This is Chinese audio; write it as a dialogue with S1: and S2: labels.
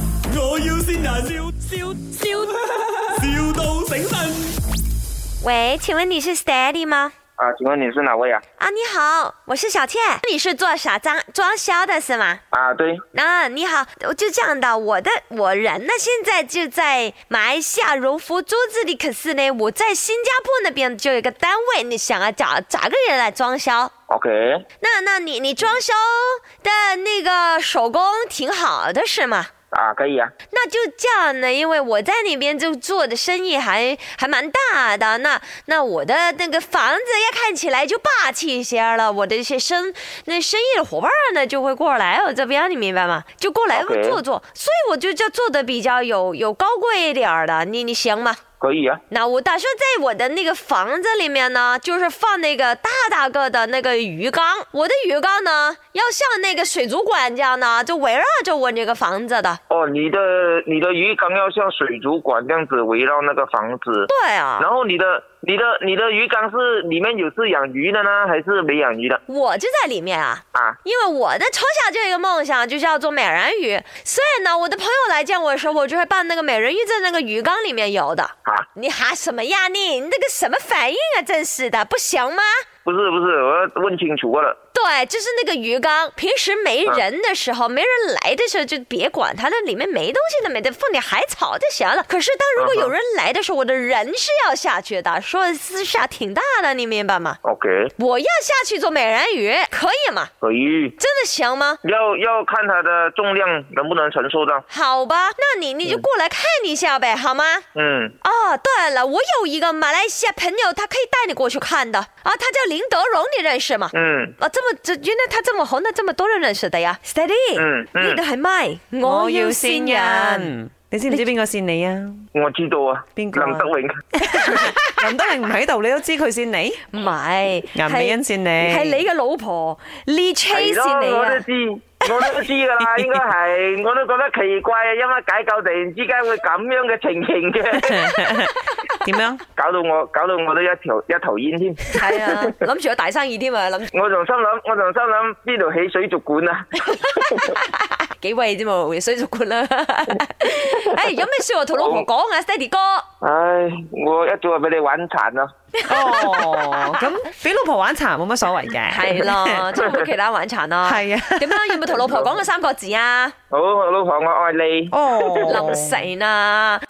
S1: 要先人，笑笑笑，,笑到醒神。
S2: 喂，请问你是 Steady 吗？
S3: 啊，请问你是哪位啊？
S2: 啊，你好，我是小倩，你是做傻装装修的是吗？
S3: 啊，对，
S2: 啊，你好，我就这样的，我的我人呢现在就在马来西亚柔佛州这里，可是呢我在新加坡那边就有一个单位，你想要找找个人来装修，
S3: OK，
S2: 那那你你装修的那个手工挺好的是吗？
S3: 啊，可以啊，
S2: 那就这样呢，因为我在那边就做的生意还还蛮大的，那那我的那个房子要看起来就霸气一些了，我的一些生那生意的伙伴呢就会过来我这边，你明白吗？就过来
S3: OK
S2: 坐坐所以我就叫做的比较有有高贵一点儿的，你你行吗？
S3: 可以啊，
S2: 那我打算在我的那个房子里面呢，就是放那个大大个的那个鱼缸。我的鱼缸呢，要像那个水族馆这样呢，就围绕着我这个房子的。
S3: 哦，你的你的鱼缸要像水族馆这样子围绕那个房子，
S2: 对啊，
S3: 然后你的你的你的鱼缸是里面有是养鱼的呢，还是没养鱼的
S2: 我就在里面啊。
S3: 啊？
S2: 因为我的从小就有一个梦想，就叫做美人鱼。所以呢，我的朋友来见我的时候，我就会把那个美人鱼在那个鱼缸里面游的。
S3: 啊，
S2: 你喊什么呀你？你这个什么反应啊？真是的，不行吗？
S3: 不是不是，我要问清楚了。
S2: 对，就是那个鱼缸，平时没人的时候，没人来的时候就别管它，那里面没东西的，没得放点海草就行了。可是当如果有人来的时候，我的人是要下去的，说私下挺大的，你明白吗？
S3: OK，
S2: 我要下去做美人鱼，可以吗？
S3: 可以，
S2: 真的行吗？
S3: 要要看它的重量能不能承受到。
S2: 好吧，那你你就过来看一下呗，好吗？
S3: 嗯，
S2: 哦，对了，我有一个马来西亚朋友，他可以带你过去看的啊，他叫林德荣，你认识吗？
S3: 嗯，
S2: 啊，这么这原来他这么红，那这么多人认识的呀？Steady，
S3: 嗯嗯
S2: 呢度系咪？我要先人。。
S4: 你知唔知邊個線你啊？
S3: 我知道啊，
S4: 邊
S3: 林
S4: 個啊
S3: 德榮，
S4: 林德榮唔喺度，你都知佢線你？
S2: 唔係，
S4: 顏美欣線你，
S2: 係你嘅老婆 Lee Chase 啊
S3: 係
S2: 線
S3: 咯，我都
S2: 嚟
S3: 知。我都知噶啦，應該係，我都覺得奇怪啊，因為解救突然之間會咁樣嘅情形嘅，
S4: 點樣？
S3: 搞到我搞到我都一條一頭煙添，
S2: 啊，係啊，諗住有大生意添啊，諗住
S3: 我仲心諗，我仲心諗邊度起水族館啊？
S2: 幾位啊啫嘛，水族館啦。誒，有咩説話同老婆講啊，Steady 哥？
S3: 唉，我一早就俾你玩殘啦，
S4: 哦，咁俾老婆玩茶冇乜所謂嘅。
S2: 係 咯，即係冇其他玩殘啦。
S4: 啊係啊
S2: 點樣有冇同老婆講嗰三個字啊？
S3: 好，我老婆我愛你。
S4: 哦，
S2: 林成啊！